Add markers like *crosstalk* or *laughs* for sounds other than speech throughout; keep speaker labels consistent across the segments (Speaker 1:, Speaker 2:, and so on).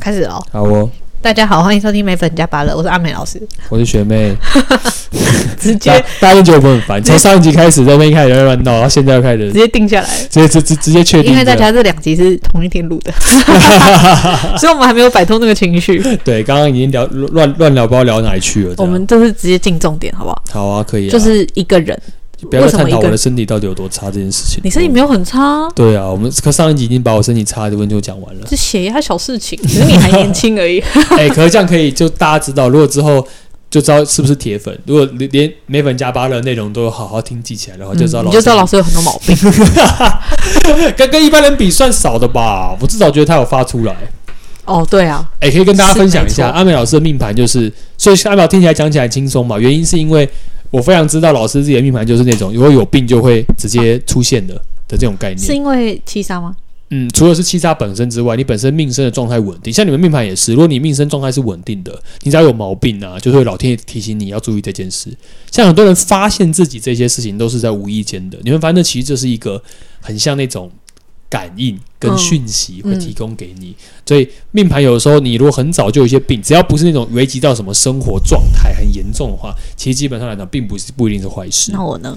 Speaker 1: 开始喽！
Speaker 2: 好哦，
Speaker 1: 大家好，欢迎收听《美粉加芭乐》，我是阿美老
Speaker 2: *laughs*
Speaker 1: 师。
Speaker 2: 我是学妹，
Speaker 1: 直
Speaker 2: 大
Speaker 1: 接
Speaker 2: 大家都觉得我们很烦，从上一集开始在那边开始乱乱闹，然后现在又开始
Speaker 1: 直接定下来，
Speaker 2: 直接直直直接确定
Speaker 1: 因
Speaker 2: 这
Speaker 1: 为大
Speaker 2: 样，
Speaker 1: 家这两集是同一天
Speaker 2: *laughs*
Speaker 1: 录的，所以我们还没有摆脱那个情绪。
Speaker 2: 对啊刚刚已经聊乱乱聊，不知道聊哪里去了。这
Speaker 1: 我
Speaker 2: 样
Speaker 1: 们这次直接进重点，好不好？
Speaker 2: 好啊，可以啊，
Speaker 1: 就是一个人，
Speaker 2: 不要
Speaker 1: 为
Speaker 2: 再
Speaker 1: 什么
Speaker 2: 探
Speaker 1: 一个
Speaker 2: 讨我的
Speaker 1: 人？
Speaker 2: 身体到底有多差这件事情。
Speaker 1: 你身体没有很差啊，
Speaker 2: 对啊，我们可上一集已经把我身体差的问题都讲完了。 *laughs*
Speaker 1: 这血压小事情，只是你还年轻而已。
Speaker 2: 哎、可是这样可以就大家知道，如果之后就知道是不是铁粉，如果连连美粉加八的内容都有好好听记起来的话，就知道
Speaker 1: 嗯你
Speaker 2: 老师、
Speaker 1: 就知道老师有很多毛
Speaker 2: *laughs*
Speaker 1: 病。
Speaker 2: 跟跟一般人比算少的吧。我至少觉得他有发出来。
Speaker 1: 哦，对啊，
Speaker 2: 哎、可以跟大家分享一
Speaker 1: 是没
Speaker 2: 下
Speaker 1: 错
Speaker 2: 阿美老师的命盘，就是所以阿美老师听起来讲起来轻松嘛，原因是因为我非常知道老师自己的命盘就是那种如果有病就会直接出现的、的这种概
Speaker 1: 是
Speaker 2: 念。
Speaker 1: 因为七杀吗？
Speaker 2: 嗯，除了是七杀本身之外，你本身命生的状态稳定，像你们命盘也是，如果你命生状态是稳定的，你只要有毛病啊，就会老天爷提醒你要注意这件事。像很多人发现自己这些事情都是在无意间的，你会发现其实这是一个很像那种感应跟
Speaker 1: 嗯
Speaker 2: 讯息会
Speaker 1: 嗯
Speaker 2: 提供给你，所以命盘有的时候你如果很早就有一些病，只要不是那种危及到什么生活状态很严重的话，其实基本上来讲并不是不一定是坏事。
Speaker 1: 那我呢？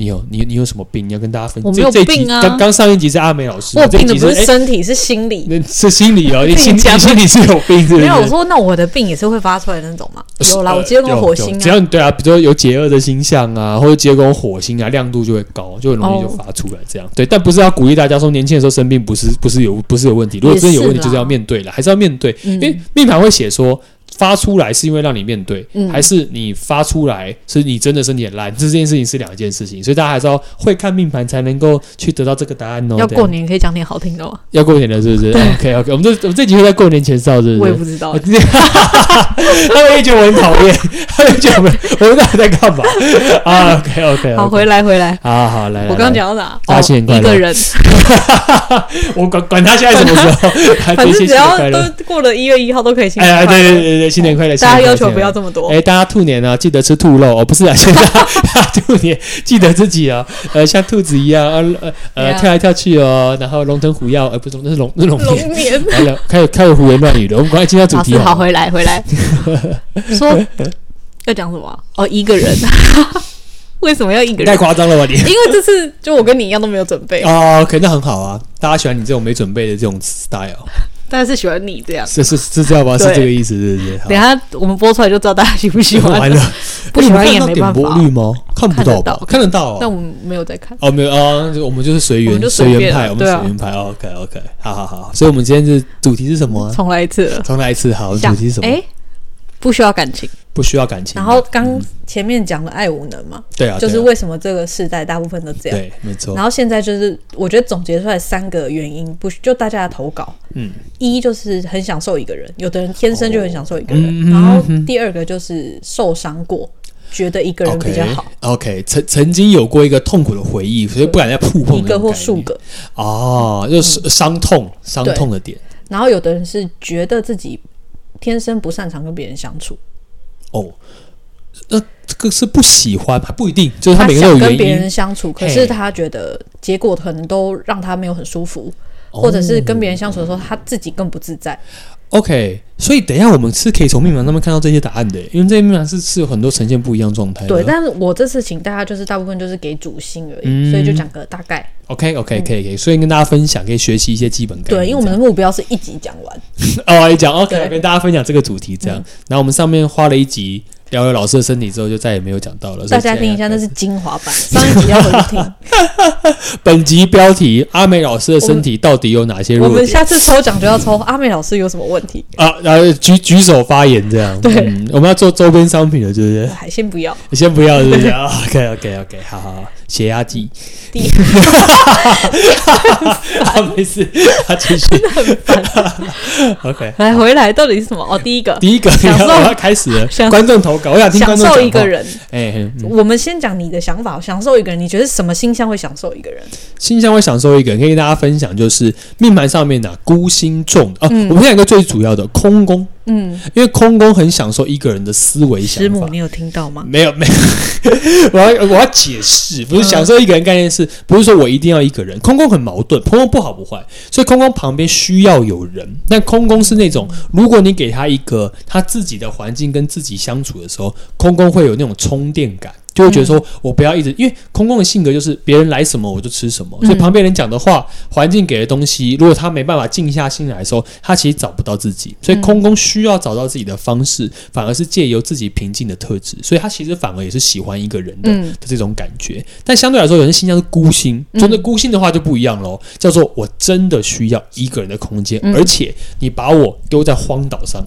Speaker 2: 你有你你有什么病？你要跟大家分享。
Speaker 1: 我没有
Speaker 2: 这这一集
Speaker 1: 病啊
Speaker 2: 刚刚上一集是阿美老师，
Speaker 1: 我有
Speaker 2: 这一
Speaker 1: 病的
Speaker 2: 集
Speaker 1: 不是
Speaker 2: 哎
Speaker 1: 身体，是心理。
Speaker 2: 那是心
Speaker 1: *laughs*
Speaker 2: 理哦，你
Speaker 1: 自己
Speaker 2: 心你
Speaker 1: 讲
Speaker 2: 心里是有病，是不是？
Speaker 1: 没有，我说那我的病也是会发出来的那种嘛。有啦，
Speaker 2: 呃
Speaker 1: 我接过
Speaker 2: 有
Speaker 1: 火星
Speaker 2: 有
Speaker 1: 啊
Speaker 2: 只。要你对啊，比如说有解厄的星象啊，或者结果火星啊，亮度就会高，就很容易就
Speaker 1: 哦
Speaker 2: 发出来这样。对，但不是要鼓励大家说年轻的时候生病不是不是有不是有问题，如果真的有问题
Speaker 1: 也是啦
Speaker 2: 就是要面对了，还是要面对，
Speaker 1: 嗯
Speaker 2: 因为命盘会写说。发出来是因为让你面对，
Speaker 1: 嗯
Speaker 2: 还是你发出来是你真的身体很烂？这件事情是两件事情，所以大家还是要会看命盘才能够去得到这个答案哦。
Speaker 1: 要
Speaker 2: 这样
Speaker 1: 过年可以讲点好听的吗？
Speaker 2: 要过年了，
Speaker 1: *laughs*
Speaker 2: 是不是？OK OK，我们这我们这集会在过年前上，是不是？
Speaker 1: 我也不知道
Speaker 2: 我。 *laughs* 他们也觉得我很讨厌， *laughs* 他们觉得我们我们到底在干嘛啊？OK OK，
Speaker 1: 好，回来回来，
Speaker 2: 好好来，来
Speaker 1: 我刚刚，
Speaker 2: 来
Speaker 1: 讲到哪？
Speaker 2: 大
Speaker 1: 哦
Speaker 2: 新年快乐
Speaker 1: 一个人，
Speaker 2: *laughs* 我管管他现在什么时候， *laughs* 反
Speaker 1: 反正只要
Speaker 2: 快乐，
Speaker 1: 都过了一月一号都可以新
Speaker 2: 哎呀，
Speaker 1: 年快
Speaker 2: 对对对
Speaker 1: 乐。
Speaker 2: 对，新年快
Speaker 1: 大
Speaker 2: 乐！
Speaker 1: 家
Speaker 2: 新年快乐
Speaker 1: 要求不要。这么多
Speaker 2: 哎、。大家兔年啊，记得吃兔肉哦， *laughs* 不是啊，现在大家兔年记得自己啊，呃，像兔子一样，呃呃，
Speaker 1: Yeah
Speaker 2: 跳来跳去哦，然后龙腾虎跃，呃，不是，那是龙，那是龙年，
Speaker 1: 龙年，
Speaker 2: 完了，开始开始胡言乱语了。我们赶快进到主
Speaker 1: 老
Speaker 2: 题哦
Speaker 1: 师好，
Speaker 2: 了
Speaker 1: 回来回
Speaker 2: *laughs*
Speaker 1: 来，说要讲什么啊？哦，一个人， *laughs* 为什么要一个
Speaker 2: 太
Speaker 1: 人？
Speaker 2: 夸张了吧 *laughs* 你？
Speaker 1: 因为这次就我跟你一样都没有准备，
Speaker 2: 哦，可那很好啊，大家喜欢你这种没准备的这种 style，
Speaker 1: *laughs* 大家是喜欢你这样。
Speaker 2: 是是是这样吗？是
Speaker 1: 对
Speaker 2: 这个意思，是不是？好
Speaker 1: 等一下我们播出来就知道大家喜不喜欢
Speaker 2: 完，了，
Speaker 1: *laughs* 不
Speaker 2: 哎
Speaker 1: 喜
Speaker 2: 你们
Speaker 1: 欢也
Speaker 2: 看到
Speaker 1: 没
Speaker 2: 点
Speaker 1: 办
Speaker 2: 播
Speaker 1: 法。
Speaker 2: 率吗？看不到
Speaker 1: 看得
Speaker 2: 吧
Speaker 1: 到？
Speaker 2: 看得到
Speaker 1: 但
Speaker 2: 哦。
Speaker 1: 我们没有在看。
Speaker 2: 哦，没有啊，就我们就是随
Speaker 1: 我们
Speaker 2: 缘
Speaker 1: 就
Speaker 2: 随
Speaker 1: 随
Speaker 2: 缘
Speaker 1: 便
Speaker 2: 派，我们
Speaker 1: 对啊
Speaker 2: 随缘派。OK OK，好好好。所以我们今天是主题是什么啊？
Speaker 1: 重来一次了。
Speaker 2: 重来一次，好，主
Speaker 1: 讲
Speaker 2: 题是什么？
Speaker 1: 哎，不需要感情。
Speaker 2: 不需要感情的。
Speaker 1: 然后刚
Speaker 2: 嗯
Speaker 1: 前面讲了爱无能嘛，
Speaker 2: 对啊，
Speaker 1: 就是
Speaker 2: 对啊
Speaker 1: 为什么这个世代大部分都这样。
Speaker 2: 对，没错
Speaker 1: 然。后现在就是，我觉得总结出来三个原因，不就大家的投稿。
Speaker 2: 嗯，
Speaker 1: 一就是很享受一个人，有的人天生就很享受一个
Speaker 2: 哦
Speaker 1: 人。
Speaker 2: 嗯
Speaker 1: 然后第二个就是受伤过，觉得一个人比较好，
Speaker 2: OK，曾曾经有过一个痛苦的回忆，所以不敢再触碰
Speaker 1: 一
Speaker 2: 那
Speaker 1: 个
Speaker 2: 种
Speaker 1: 或
Speaker 2: 概
Speaker 1: 数
Speaker 2: 念
Speaker 1: 个。
Speaker 2: 哦，就是伤痛，伤
Speaker 1: 对
Speaker 2: 痛的点。
Speaker 1: 然后有的人是觉得自己天生不擅长跟别人相处，
Speaker 2: 哦，那这个是不喜欢，还不一定，就是他每个
Speaker 1: 想
Speaker 2: 人都有
Speaker 1: 跟别
Speaker 2: 原
Speaker 1: 人
Speaker 2: 因，
Speaker 1: 相处，可
Speaker 2: 嘿
Speaker 1: 是他觉得结果可能都让他没有很舒服，
Speaker 2: 哦
Speaker 1: 或者是跟别人相处的时候他自己更不自在。
Speaker 2: OK。所以等一下我们是可以从命盘上面看到这些答案的耶，因为这些命盘是是有很多呈现不一样状态的。
Speaker 1: 对，但是我这次请大家就是大部分就是给主心而已，
Speaker 2: 嗯
Speaker 1: 所以就讲个大概。
Speaker 2: OK OK 可以可以，所以跟大家分享可以学习一些基本概念。
Speaker 1: 对，因为我们的目标是一集讲完，
Speaker 2: 这样哦，一讲 OK
Speaker 1: 对嗯
Speaker 2: 跟大家分享这个主题这样，然后我们上面花了一集聊了老师的身体之后，就再也没有讲到了。所
Speaker 1: 大
Speaker 2: 以
Speaker 1: 家
Speaker 2: 现在
Speaker 1: 听一
Speaker 2: 要
Speaker 1: 下，
Speaker 2: 开
Speaker 1: 那
Speaker 2: 始
Speaker 1: 是精华版，上一集要回去听。
Speaker 2: 本集标题：阿美老师的身体到底有哪些
Speaker 1: 我
Speaker 2: 弱
Speaker 1: 们
Speaker 2: 点？
Speaker 1: 下次抽奖就要抽阿美老师有什么问题，
Speaker 2: 啊，然后举举手发言这样。
Speaker 1: 对
Speaker 2: 嗯，我们要做周边商品了，是不是？
Speaker 1: 还先不要。
Speaker 2: 你先不要，是不
Speaker 1: *laughs*
Speaker 2: 是？OK OK OK，好好好，血压计。
Speaker 1: 第一
Speaker 2: 啊，没事，他继续。OK，
Speaker 1: 来回来到底是什么？哦，第一个
Speaker 2: 第一个，
Speaker 1: 享受
Speaker 2: 我要开始了。
Speaker 1: 享
Speaker 2: 观众投稿，我想听
Speaker 1: 享
Speaker 2: 观众讲
Speaker 1: 受
Speaker 2: 话
Speaker 1: 一个。人，
Speaker 2: 哎，嗯
Speaker 1: 我们先讲你的想法。享受一个人，你觉得什么星象会享受一个人？
Speaker 2: 星象会享受一个人，可啊以跟大家分享，就是命盘上面的、孤星重的哦。我们现在有一个最主要的空宫，
Speaker 1: 嗯，
Speaker 2: 因为空宫很享受一个人的思维想
Speaker 1: 师母，
Speaker 2: 法。
Speaker 1: 你有听到吗？
Speaker 2: 没有没有，我要我要解释，不是享受一个人概念是，不是说我一定要一个人。空宫很矛盾，空宫不好不坏，所以空宫旁边需要有人。但空宫是那种，如果你给他一个他自己的环境跟自己相处的时候，空宫会有那种充电感，就会觉得说我不要一直，因为空宫的性格就是别人来什么我就吃什么，所以
Speaker 1: 嗯
Speaker 2: 旁边人讲的话，环境给的东西，如果他没办法静下心来的时候，他其实找不到自己，所以空宫需要找到自己的方式，反而是借由自己平静的特质，所以他其实反而也是喜欢一个人的。
Speaker 1: 嗯
Speaker 2: 的这种感觉。但相对来说，有人星象是孤星，
Speaker 1: 嗯
Speaker 2: 真的孤星的话就不一样喽，叫做我真的需要一个人的空间，
Speaker 1: 嗯
Speaker 2: 而且你把我丢在荒岛上，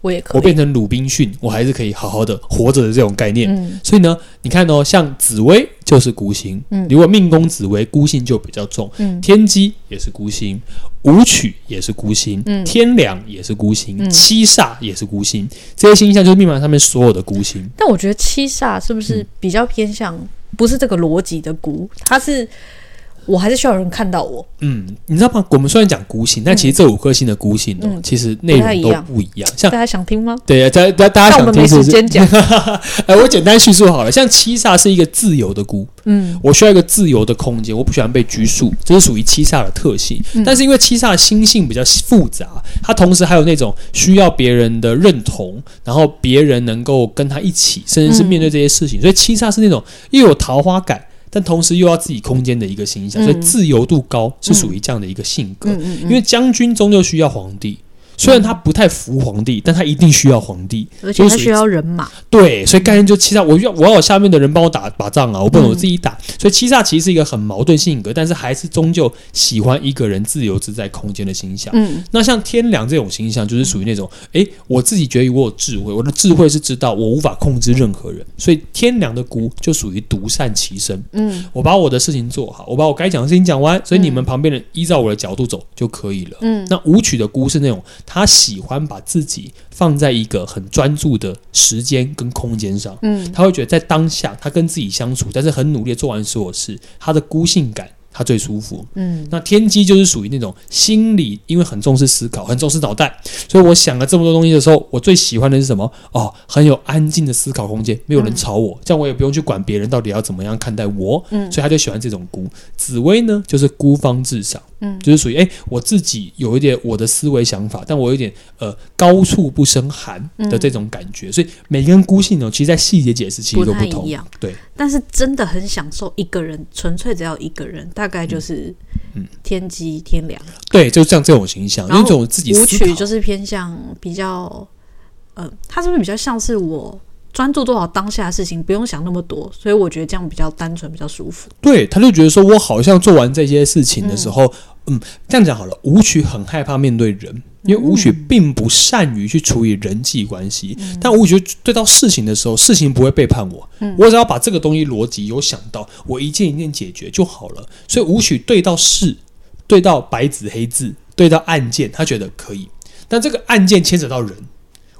Speaker 1: 我也可
Speaker 2: 我
Speaker 1: 以。
Speaker 2: 变成鲁滨逊，我还是可以好好的活着的这种概念。
Speaker 1: 嗯
Speaker 2: 所以呢，你看哦，像紫薇就是孤星，
Speaker 1: 嗯
Speaker 2: 如果命宫紫薇孤星就比较重，
Speaker 1: 嗯
Speaker 2: 天机也是孤星，武曲也是孤星，
Speaker 1: 嗯
Speaker 2: 天梁也是孤星，
Speaker 1: 嗯
Speaker 2: 七煞也是孤星，这些星象就是命盘上面所有的孤星。
Speaker 1: 但我觉得七煞是不是比较偏向不是这个逻辑的孤，它是我还是需要有人看到我。
Speaker 2: 嗯，你知道吗？我们虽然讲孤星，但其实这五颗星的孤星哦，
Speaker 1: 嗯
Speaker 2: 其实内容都不一样。像
Speaker 1: 大家想听吗？
Speaker 2: 对，大家大家大家
Speaker 1: 但我
Speaker 2: 想
Speaker 1: 们
Speaker 2: 听
Speaker 1: 没
Speaker 2: 是不
Speaker 1: 时
Speaker 2: 是？
Speaker 1: 间
Speaker 2: *laughs*
Speaker 1: 讲。
Speaker 2: 哎，我简单叙述好了。像七煞是一个自由的孤，
Speaker 1: 嗯
Speaker 2: 我需要一个自由的空间，我不喜欢被拘束，这是属于七煞的特性。
Speaker 1: 嗯
Speaker 2: 但是因为七煞的心性比较复杂，它同时还有那种需要别人的认同，然后别人能够跟他一起，
Speaker 1: 嗯
Speaker 2: 甚至是面对这些事情，所以七煞是那种又有桃花感。但同时又要自己空间的一个形象，所以
Speaker 1: 嗯
Speaker 2: 自由度高是属于这样的一个性格。
Speaker 1: 嗯嗯，
Speaker 2: 因为将军终究需要皇帝，虽然他不太服皇帝，但他一定需要皇帝。
Speaker 1: 而且它需要人马。
Speaker 2: 对，所以概念就七煞，我要我要有下面的人帮我打打仗啊，我不能我自己打。所以七煞其实是一个很矛盾性格，但是还是终究喜欢一个人自由自在空间的形象。
Speaker 1: 嗯
Speaker 2: 那像天良这种形象，就是属于那种，诶，我自己觉得我有智慧，我的智慧是知道我无法控制任何人，所以天良的孤就属于独善其身。
Speaker 1: 嗯
Speaker 2: 我把我的事情做好，我把我该讲的事情讲完，所以你们
Speaker 1: 嗯
Speaker 2: 旁边人依照我的角度走就可以了。
Speaker 1: 嗯
Speaker 2: 那舞曲的姑是那种他喜欢把自己放在一个很专注的时间跟空间上，
Speaker 1: 嗯
Speaker 2: 他会觉得在当下他跟自己相处，但是很努力地做完所有事，他的孤性感他最舒服。
Speaker 1: 嗯
Speaker 2: 那天机就是属于那种心理，因为很重视思考，很重视脑袋，所以我想了这么多东西的时候，我最喜欢的是什么？哦，很有安静的思考空间，没有人吵我，这样我也不用去管别人到底要怎么样看待我，
Speaker 1: 嗯
Speaker 2: 所以他就喜欢这种孤。紫薇呢，就是孤芳自赏，
Speaker 1: 嗯
Speaker 2: 就是属于哎、诶我自己有一点我的思维想法，但我有一点呃高处不胜寒的这种感觉，所以每个人孤性呢，其实在细节解释其实都
Speaker 1: 不太
Speaker 2: 同，
Speaker 1: 一样
Speaker 2: 对。
Speaker 1: 但是真的很享受一个人，纯粹只要一个人，大概就是
Speaker 2: 嗯
Speaker 1: 天机天良。
Speaker 2: 对，就是像这种形象，因
Speaker 1: 然
Speaker 2: 为
Speaker 1: 后
Speaker 2: 这种自己
Speaker 1: 舞
Speaker 2: 思考
Speaker 1: 曲，就是偏向比较，呃，它是不是比较像是我专注做好当下的事情，不用想那么多，所以我觉得这样比较单纯，比较舒服。
Speaker 2: 对，他就觉得说我好像做完这些事情的时候，嗯这样讲好了，舞曲很害怕面对人，因为舞曲并不善于去处理人际关系，但舞曲对到事情的时候，事情不会背叛我，
Speaker 1: 嗯
Speaker 2: 我只要把这个东西逻辑有想到，我一件一件解决就好了。所以舞曲对到事，对到白纸黑字，对到案件，他觉得可以，但这个案件牵扯到人，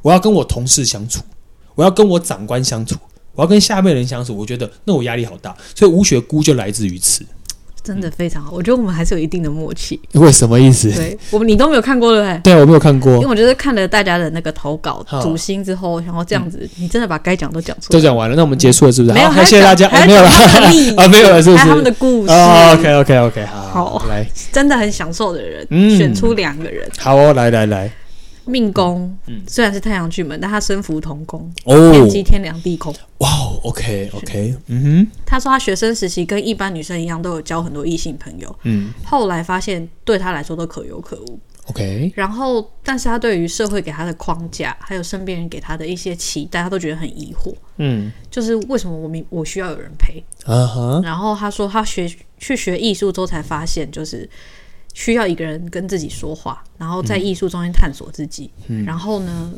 Speaker 2: 我要跟我同事相处，我要跟我长官相处。我要跟下面的人相处，我觉得那我压力好大，所以吴雪姑就来自于此。
Speaker 1: 真的非常好，我觉得我们还是有一定的默契。
Speaker 2: 为什么意思？
Speaker 1: 对我们你都没有看过对不对？
Speaker 2: 对啊，我没有看
Speaker 1: 因为
Speaker 2: 过。
Speaker 1: 我觉得看了大家的那个投稿
Speaker 2: 好嗯
Speaker 1: 主心之后，然后这样子，你真的把该讲都讲出
Speaker 2: 都
Speaker 1: 来，
Speaker 2: 讲完了，那我们结束了是不是？
Speaker 1: 没有，
Speaker 2: 好
Speaker 1: 还
Speaker 2: 谢谢大家。
Speaker 1: 还
Speaker 2: 哦没有了
Speaker 1: 了，
Speaker 2: *laughs* 啊，没有了，是不
Speaker 1: 还有他们的
Speaker 2: 是？
Speaker 1: 故事，
Speaker 2: 哦 OK OK OK，好，
Speaker 1: 好
Speaker 2: 来，
Speaker 1: 真的很享受的人，
Speaker 2: 嗯
Speaker 1: 选出两个人，
Speaker 2: 好哦，来来来，
Speaker 1: 命宫
Speaker 2: 嗯
Speaker 1: 虽然是太阳巨门，但他身福同宫，天
Speaker 2: 哦，
Speaker 1: 机天梁地空。
Speaker 2: 哇，OK OK，嗯哼，
Speaker 1: 他说他学生时期跟一般女生一样，都有交很多异性朋友，
Speaker 2: 嗯
Speaker 1: 后来发现对他来说都可有可无。
Speaker 2: ，OK，
Speaker 1: 然后，但是他对于社会给他的框架，还有身边人给他的一些期待，他都觉得很疑惑，
Speaker 2: 嗯
Speaker 1: 就是为什么我明我需要有人陪？
Speaker 2: 啊哈，
Speaker 1: 然后他说他学去学艺术之后才发现，就是需要一个人跟自己
Speaker 2: 嗯
Speaker 1: 说话，然后在艺术中间探索自己。然后呢，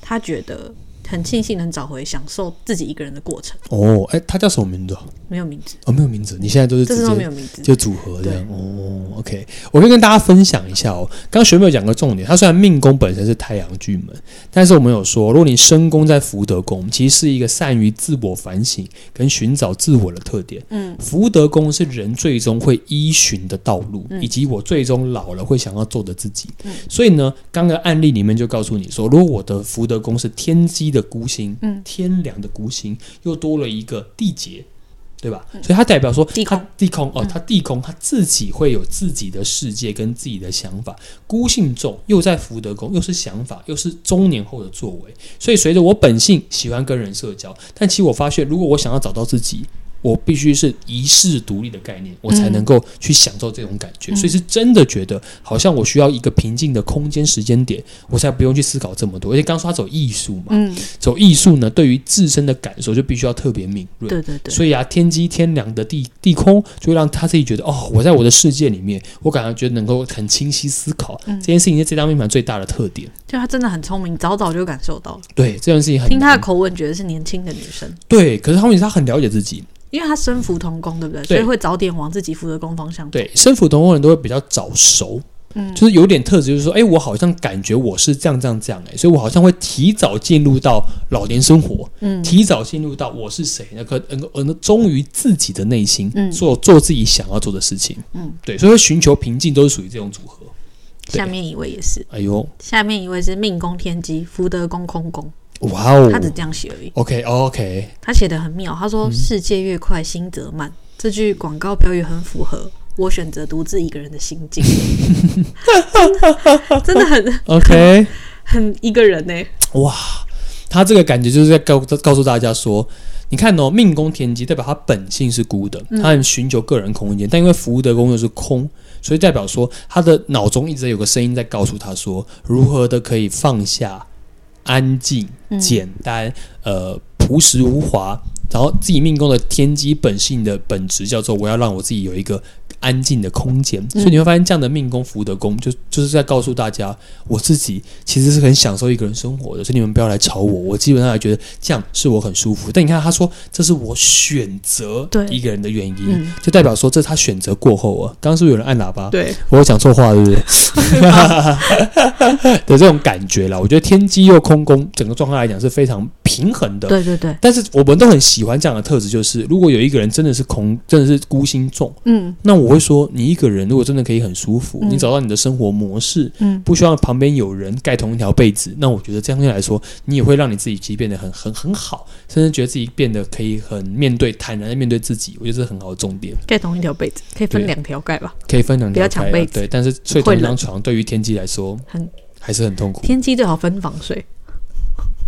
Speaker 1: 他觉得。很庆幸能找回享受自己一个人的过程。
Speaker 2: 哦，哎，他叫什么名字啊？
Speaker 1: 没有名字，
Speaker 2: 哦，没有名字，你现在都是
Speaker 1: 这
Speaker 2: 直
Speaker 1: 次都没
Speaker 2: 接
Speaker 1: 有名字。
Speaker 2: 就组合这样。哦，OK，我可以跟大家分享一下哦。刚刚学妹有讲个重点，她虽然命宫本身是太阳巨门，但是我们有说，如果你身宫在福德宫，其实是一个善于自我反省跟寻找自我的特点。
Speaker 1: 嗯
Speaker 2: 福德宫是人最终会依循的道路，
Speaker 1: 嗯
Speaker 2: 以及我最终老了会想要做的自己。
Speaker 1: 嗯
Speaker 2: 所以呢，刚刚案例里面就告诉你说，如果我的福德宫是天机的孤星，
Speaker 1: 嗯
Speaker 2: 天梁的孤星，又多了一个地劫。对吧？所以它代表说，
Speaker 1: 嗯地
Speaker 2: 它
Speaker 1: 空
Speaker 2: 地空哦
Speaker 1: 嗯，
Speaker 2: 它地空，它自己会有自己的世界跟自己的想法。孤性重，又在福德宫，又是想法，又是中年后的作为。所以随着我本性喜欢跟人社交，但其实我发现，如果我想要找到自己，我必须是一世独立的概念，我才能够去享受这种感觉。
Speaker 1: 嗯
Speaker 2: 所以是真的觉得，好像我需要一个平静的空间、时间点，我才不用去思考这么多。而且刚说他走艺术嘛，
Speaker 1: 嗯，
Speaker 2: 走艺术呢，对于自身的感受就必须要特别敏锐。
Speaker 1: 对对对，
Speaker 2: 所以啊，天机天梁的地地空，就会让他自己觉得哦，我在我的世界里面，我感觉觉得能够很清晰思考、
Speaker 1: 嗯
Speaker 2: 这件事情，是这张命盘最大的特点。
Speaker 1: 就她真的很聪明，早早就感受到了。
Speaker 2: 对这件事情很
Speaker 1: 听她
Speaker 2: 难
Speaker 1: 的口吻，觉得是年轻的女生，
Speaker 2: 对，可是后面她很了解自己，
Speaker 1: 因为她身福同工，对不对？所以
Speaker 2: 对
Speaker 1: 会早点往自己福德宫方向走。
Speaker 2: 对身府同工人都会比较早熟，
Speaker 1: 嗯，
Speaker 2: 就是有点特质，就是说，哎、我好像感觉我是这样这样这样、哎，所以我好像会提早进入到老年生活，
Speaker 1: 嗯
Speaker 2: 提早进入到我是谁，那个能够能够忠于自己的内心，
Speaker 1: 嗯
Speaker 2: 做做自己想要做的事情，
Speaker 1: 嗯，
Speaker 2: 对，所以会寻求平静都是属于这种组合。对
Speaker 1: 下面一位也是，
Speaker 2: 哎呦，
Speaker 1: 下面一位是命宫天机，福德宫空宫，
Speaker 2: 哇哦
Speaker 1: 她只这样写而已。
Speaker 2: ，OK OK，
Speaker 1: *laughs* 他写的很妙，他
Speaker 2: 嗯
Speaker 1: 说：“世界越快，心则慢。”这句广告标语很符合我选择独自一个人的心境， *laughs* 真的很
Speaker 2: OK，
Speaker 1: 很一个人呢、
Speaker 2: 哇，他这个感觉就是在告告诉大家说，你看哦，命宫天机代表他本性是孤的，
Speaker 1: 嗯
Speaker 2: 他很寻求个人空间，但因为福德宫又是空，所以代表说他的脑中一直有个声音在告诉他说，如何的可以放下、安静、
Speaker 1: 嗯
Speaker 2: 简单、呃朴实无华。然后自己命宫的天机本性的本质叫做我要让我自己有一个安静的空间，
Speaker 1: 嗯
Speaker 2: 所以你会发现这样的命宫福德宫就就是在告诉大家，我自己其实是很享受一个人生活的，所以你们不要来吵我，我基本上还觉得这样是我很舒服。但你看他说这是我选择
Speaker 1: 对
Speaker 2: 一个人的原因，
Speaker 1: 嗯，
Speaker 2: 就代表说这是他选择过后啊，刚刚是不是有人按喇叭？
Speaker 1: 对，
Speaker 2: 我有讲错话对不 *laughs* 对？的这种感觉啦，我觉得天机又空宫，整个状况来讲是非常平衡的。
Speaker 1: 对对对，
Speaker 2: 但是我们都很喜欢这样的特质，就是如果有一个人真的是空，真的是孤心重，
Speaker 1: 嗯
Speaker 2: 那我会说，你一个人如果真的可以很舒服，
Speaker 1: 嗯
Speaker 2: 你找到你的生活模式，
Speaker 1: 嗯
Speaker 2: 不需要旁边有人盖同一条被子，那我觉得这样来说，你也会让你自己其实变得很很很好，甚至觉得自己变得可以很面对坦然的面对自己，我觉得这是很好的重点。
Speaker 1: 盖同一条被子，可以分
Speaker 2: 对
Speaker 1: 两条盖吧。
Speaker 2: 可以分两
Speaker 1: 不要
Speaker 2: 条
Speaker 1: 抢
Speaker 2: 开啊
Speaker 1: 被子
Speaker 2: 对，但是睡
Speaker 1: 会
Speaker 2: 同
Speaker 1: 冷
Speaker 2: 一张床对于天机来说
Speaker 1: 很
Speaker 2: 还是很痛苦。
Speaker 1: 天机最好分房睡，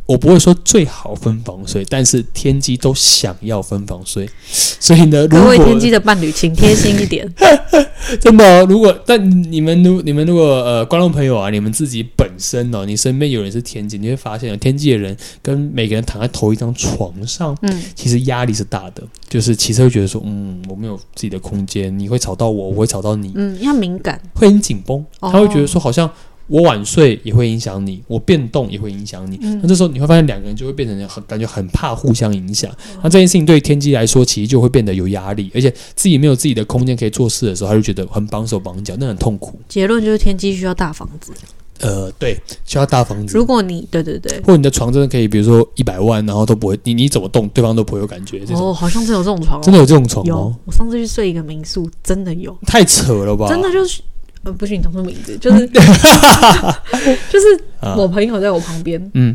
Speaker 2: 我不会说最好分房睡，但是天机都想要分房睡，所以呢，如
Speaker 1: 各
Speaker 2: 果
Speaker 1: 位天机的伴侣，请贴心一点。
Speaker 2: *laughs* 真的、哦，如果但你们如你们如果呃观众朋友啊，你们自己本身哦，你身边有人是天机，你会发现哦，天机的人跟每个人躺在同一张床上，
Speaker 1: *laughs* 嗯，
Speaker 2: 其实压力是大的，就是其实会觉得说，嗯，我没有自己的空间，你会吵到我，我会吵到你，
Speaker 1: 嗯，要敏感，
Speaker 2: 会很紧绷，
Speaker 1: 哦
Speaker 2: 他会觉得说好像。我晚睡也会影响你，我变动也会影响你。
Speaker 1: 嗯
Speaker 2: 那这时候你会发现，两个人就会变成很感觉很怕互相影响。那这件事情对天机来说，其实就会变得有压力，而且自己没有自己的空间可以做事的时候，他就觉得很绑手绑脚，那很痛苦。
Speaker 1: 结论就是天机需要大房子。
Speaker 2: 呃，对，需要大房子
Speaker 1: 如，果你对对对，
Speaker 2: 或者你的床真的可以，比如说一百万，然后都不会，你你怎么动，对方都不会有感觉。这种、
Speaker 1: 哦，好像真有这种床、哦，
Speaker 2: 真的有这种床
Speaker 1: 有
Speaker 2: 哦，。
Speaker 1: 我上次去睡一个民宿，真的有。
Speaker 2: 太扯了吧？
Speaker 1: 真的就是，呃，不许你讲出名字，
Speaker 2: *laughs*
Speaker 1: 就是就是
Speaker 2: 啊
Speaker 1: 我朋友在我旁边
Speaker 2: 嗯，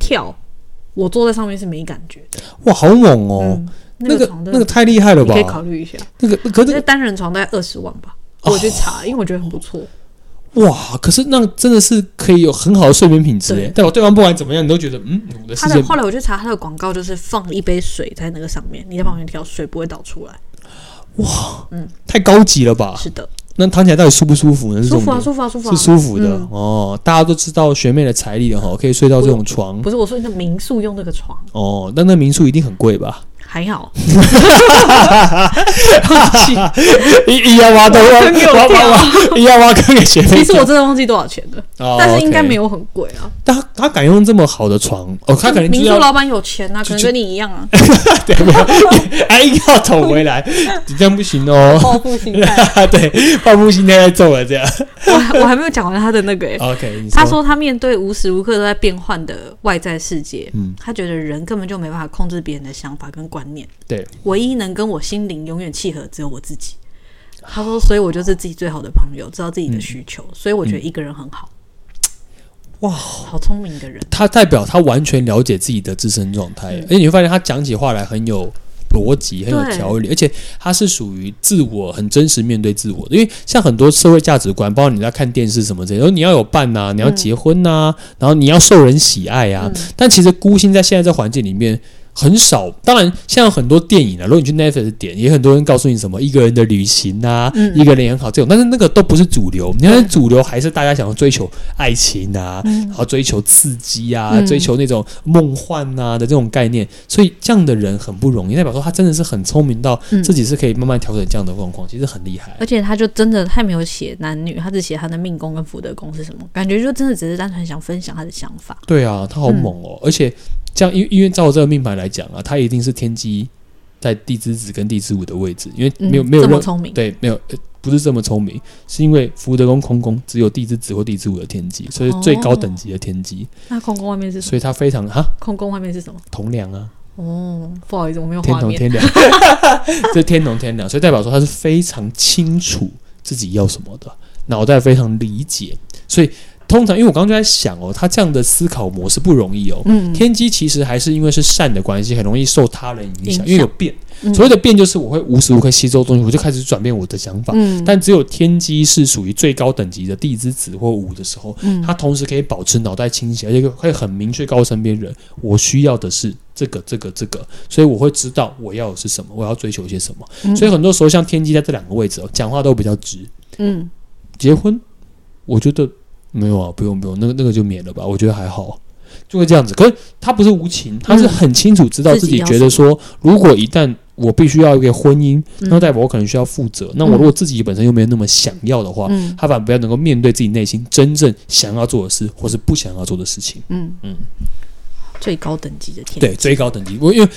Speaker 1: 跳，我坐在上面是没感觉的。
Speaker 2: 哇，好猛哦！
Speaker 1: 嗯，
Speaker 2: 那
Speaker 1: 个
Speaker 2: 个
Speaker 1: 床真
Speaker 2: 那个
Speaker 1: 的，
Speaker 2: 太厉害了
Speaker 1: 你
Speaker 2: 吧
Speaker 1: 可以？考虑一下，
Speaker 2: 那个可
Speaker 1: 那
Speaker 2: 是
Speaker 1: 个单人床大概二十万吧。
Speaker 2: 哦
Speaker 1: 我去查，因为我觉得很不错。
Speaker 2: 哇，可是那真的是可以有很好的睡眠品质
Speaker 1: 对
Speaker 2: 诶，代表对方不管怎么样，你都觉得嗯，我的世
Speaker 1: 他
Speaker 2: 界
Speaker 1: 的后来我去查他的广告，就是放一杯水在那个上面，你在旁边跳，水不会倒出来。
Speaker 2: 太高级了吧？
Speaker 1: 是的，
Speaker 2: 那躺起来到底舒不舒啊服呢？是
Speaker 1: 舒
Speaker 2: 重
Speaker 1: 服啊，
Speaker 2: 点。
Speaker 1: 舒服啊，舒服啊
Speaker 2: 是。舒服的、
Speaker 1: 嗯
Speaker 2: 哦，大家都知道学妹的财力了哈，可以睡到这种床
Speaker 1: 不是我说那个民宿用那个床 *laughs*
Speaker 2: 哦。那那民宿一定很贵吧？
Speaker 1: 还
Speaker 2: *laughs*
Speaker 1: 好，
Speaker 2: 一一要挖都挖
Speaker 1: 坑给我
Speaker 2: 挖挖挖，啊 *laughs* 一要挖坑给学妹跳。
Speaker 1: 其实我真的忘记多少钱了，
Speaker 2: 哦，
Speaker 1: 但是应该
Speaker 2: OK
Speaker 1: 没。有很贵啊。
Speaker 2: 但他他敢用这么好的床，哦，他可能就
Speaker 1: 民宿
Speaker 2: 要
Speaker 1: 老板有钱啊，可
Speaker 2: 就
Speaker 1: 能
Speaker 2: 就
Speaker 1: 跟你一样
Speaker 2: *laughs*
Speaker 1: 啊，
Speaker 2: 对，我 *laughs* 哎硬要捅
Speaker 1: *laughs*
Speaker 2: 回来，你这样不行哦。 *laughs*
Speaker 1: 报复心态。
Speaker 2: 对，报复心态在揍了这样。
Speaker 1: 我还我还没有讲完他的那个、欸，
Speaker 2: OK，你哦
Speaker 1: 他说他面对无时无刻都在变换的外在世界，
Speaker 2: 嗯
Speaker 1: 他觉得人根本就没办法控制别人的想法跟观念，
Speaker 2: 对，
Speaker 1: 唯一能跟我心灵永远契合只有我自己。他说，所以我就是自己最好的朋友，知道自
Speaker 2: 嗯
Speaker 1: 己的需求，所以我觉得一个人很好。
Speaker 2: 哇
Speaker 1: 好聪明的人，
Speaker 2: 他代表他完全了解自己的自身状态，
Speaker 1: 嗯
Speaker 2: 而且你会发现他讲起话来很有逻辑，很有
Speaker 1: 对
Speaker 2: 条理，而且他是属于自我很真实面对自我的。因为像很多社会价值观，包括你在看电视什么这些，然后哦你要有伴呐、你要结婚啊呐、然后你要受人喜爱
Speaker 1: 嗯
Speaker 2: 啊。但其实孤星在现在这环境里面。很少，当然，像很多电影啊，如果你去 Netflix 点，也很多人告诉你什么一个人的旅行啊，
Speaker 1: 嗯
Speaker 2: 一个人也很好这种，但是那个都不是主流。你看
Speaker 1: 对
Speaker 2: 主流还是大家想要追求爱情啊，然后追求刺激啊，
Speaker 1: 嗯
Speaker 2: 追求那种梦幻啊的这种概念，所以这样的人很不容易，代表说他真的是很聪明到
Speaker 1: 嗯
Speaker 2: 自己是可以慢慢调整这样的状况，其实很厉害。
Speaker 1: 而且他就真的他也没有写男女，他只写他的命宫跟福德宫是什么，感觉就真的只是单纯想分享他的想法。
Speaker 2: 对啊，他好猛
Speaker 1: 嗯
Speaker 2: 哦！而且这样，因为因为照这个命盘来讲啊，他一定是天机在地支子跟地支午的位置，因为
Speaker 1: 嗯，
Speaker 2: 没有、没有
Speaker 1: 这么
Speaker 2: 任
Speaker 1: 聪明，
Speaker 2: 对没有。呃不是这么聪明，是因为福德宫空宫只有地支子或地支午的天机，
Speaker 1: 哦
Speaker 2: 所以是最高等级的天机，
Speaker 1: 那空宫外面是什么？
Speaker 2: 所以他非常哈
Speaker 1: 空宫外面是什么？
Speaker 2: 同梁啊，
Speaker 1: 哦，不好意思，我没有
Speaker 2: 天
Speaker 1: 画
Speaker 2: 同
Speaker 1: 面。
Speaker 2: 天良， *laughs* 这天同天良，所以代表说他是非常清楚自己要什么的，脑袋非常理解，所以通常因为我刚刚就在想哦，他这样的思考模式不容易哦。
Speaker 1: 嗯，
Speaker 2: 天机其实还是因为是善的关系，很容易受他人影
Speaker 1: 影
Speaker 2: 响，
Speaker 1: 响
Speaker 2: 因为有变。
Speaker 1: 嗯
Speaker 2: 所谓的变就是我会无时无刻吸收东西，我就开始转变我的想法。
Speaker 1: 嗯，
Speaker 2: 但只有天机是属于最高等级的地之子或午的时候，
Speaker 1: 嗯
Speaker 2: 他同时可以保持脑袋清醒，而且会很明确告诉身边人，我需要的是这个、这个、这个，所以我会知道我要的是什么，我要追求些什么。
Speaker 1: 嗯
Speaker 2: 所以很多时候，像天机在这两个位置哦，讲话都比较直。
Speaker 1: 嗯，
Speaker 2: 结婚，我觉得没有啊，不用不用，那个那个就免了吧，我觉得还好，啊就会这样子。可是他不是无情，他是很清楚知道自己觉得说，如果一旦我必须要一个婚姻，
Speaker 1: 嗯
Speaker 2: 那代表我可能需要负责。那我如果自己本身又没有那么想要的话，
Speaker 1: 嗯
Speaker 2: 他反而不要能够面对自己内心真正想要做的事，或是不想要做的事情。
Speaker 1: 嗯
Speaker 2: 嗯
Speaker 1: 嗯，最高等级的天，
Speaker 2: 对，，最高等级，我因为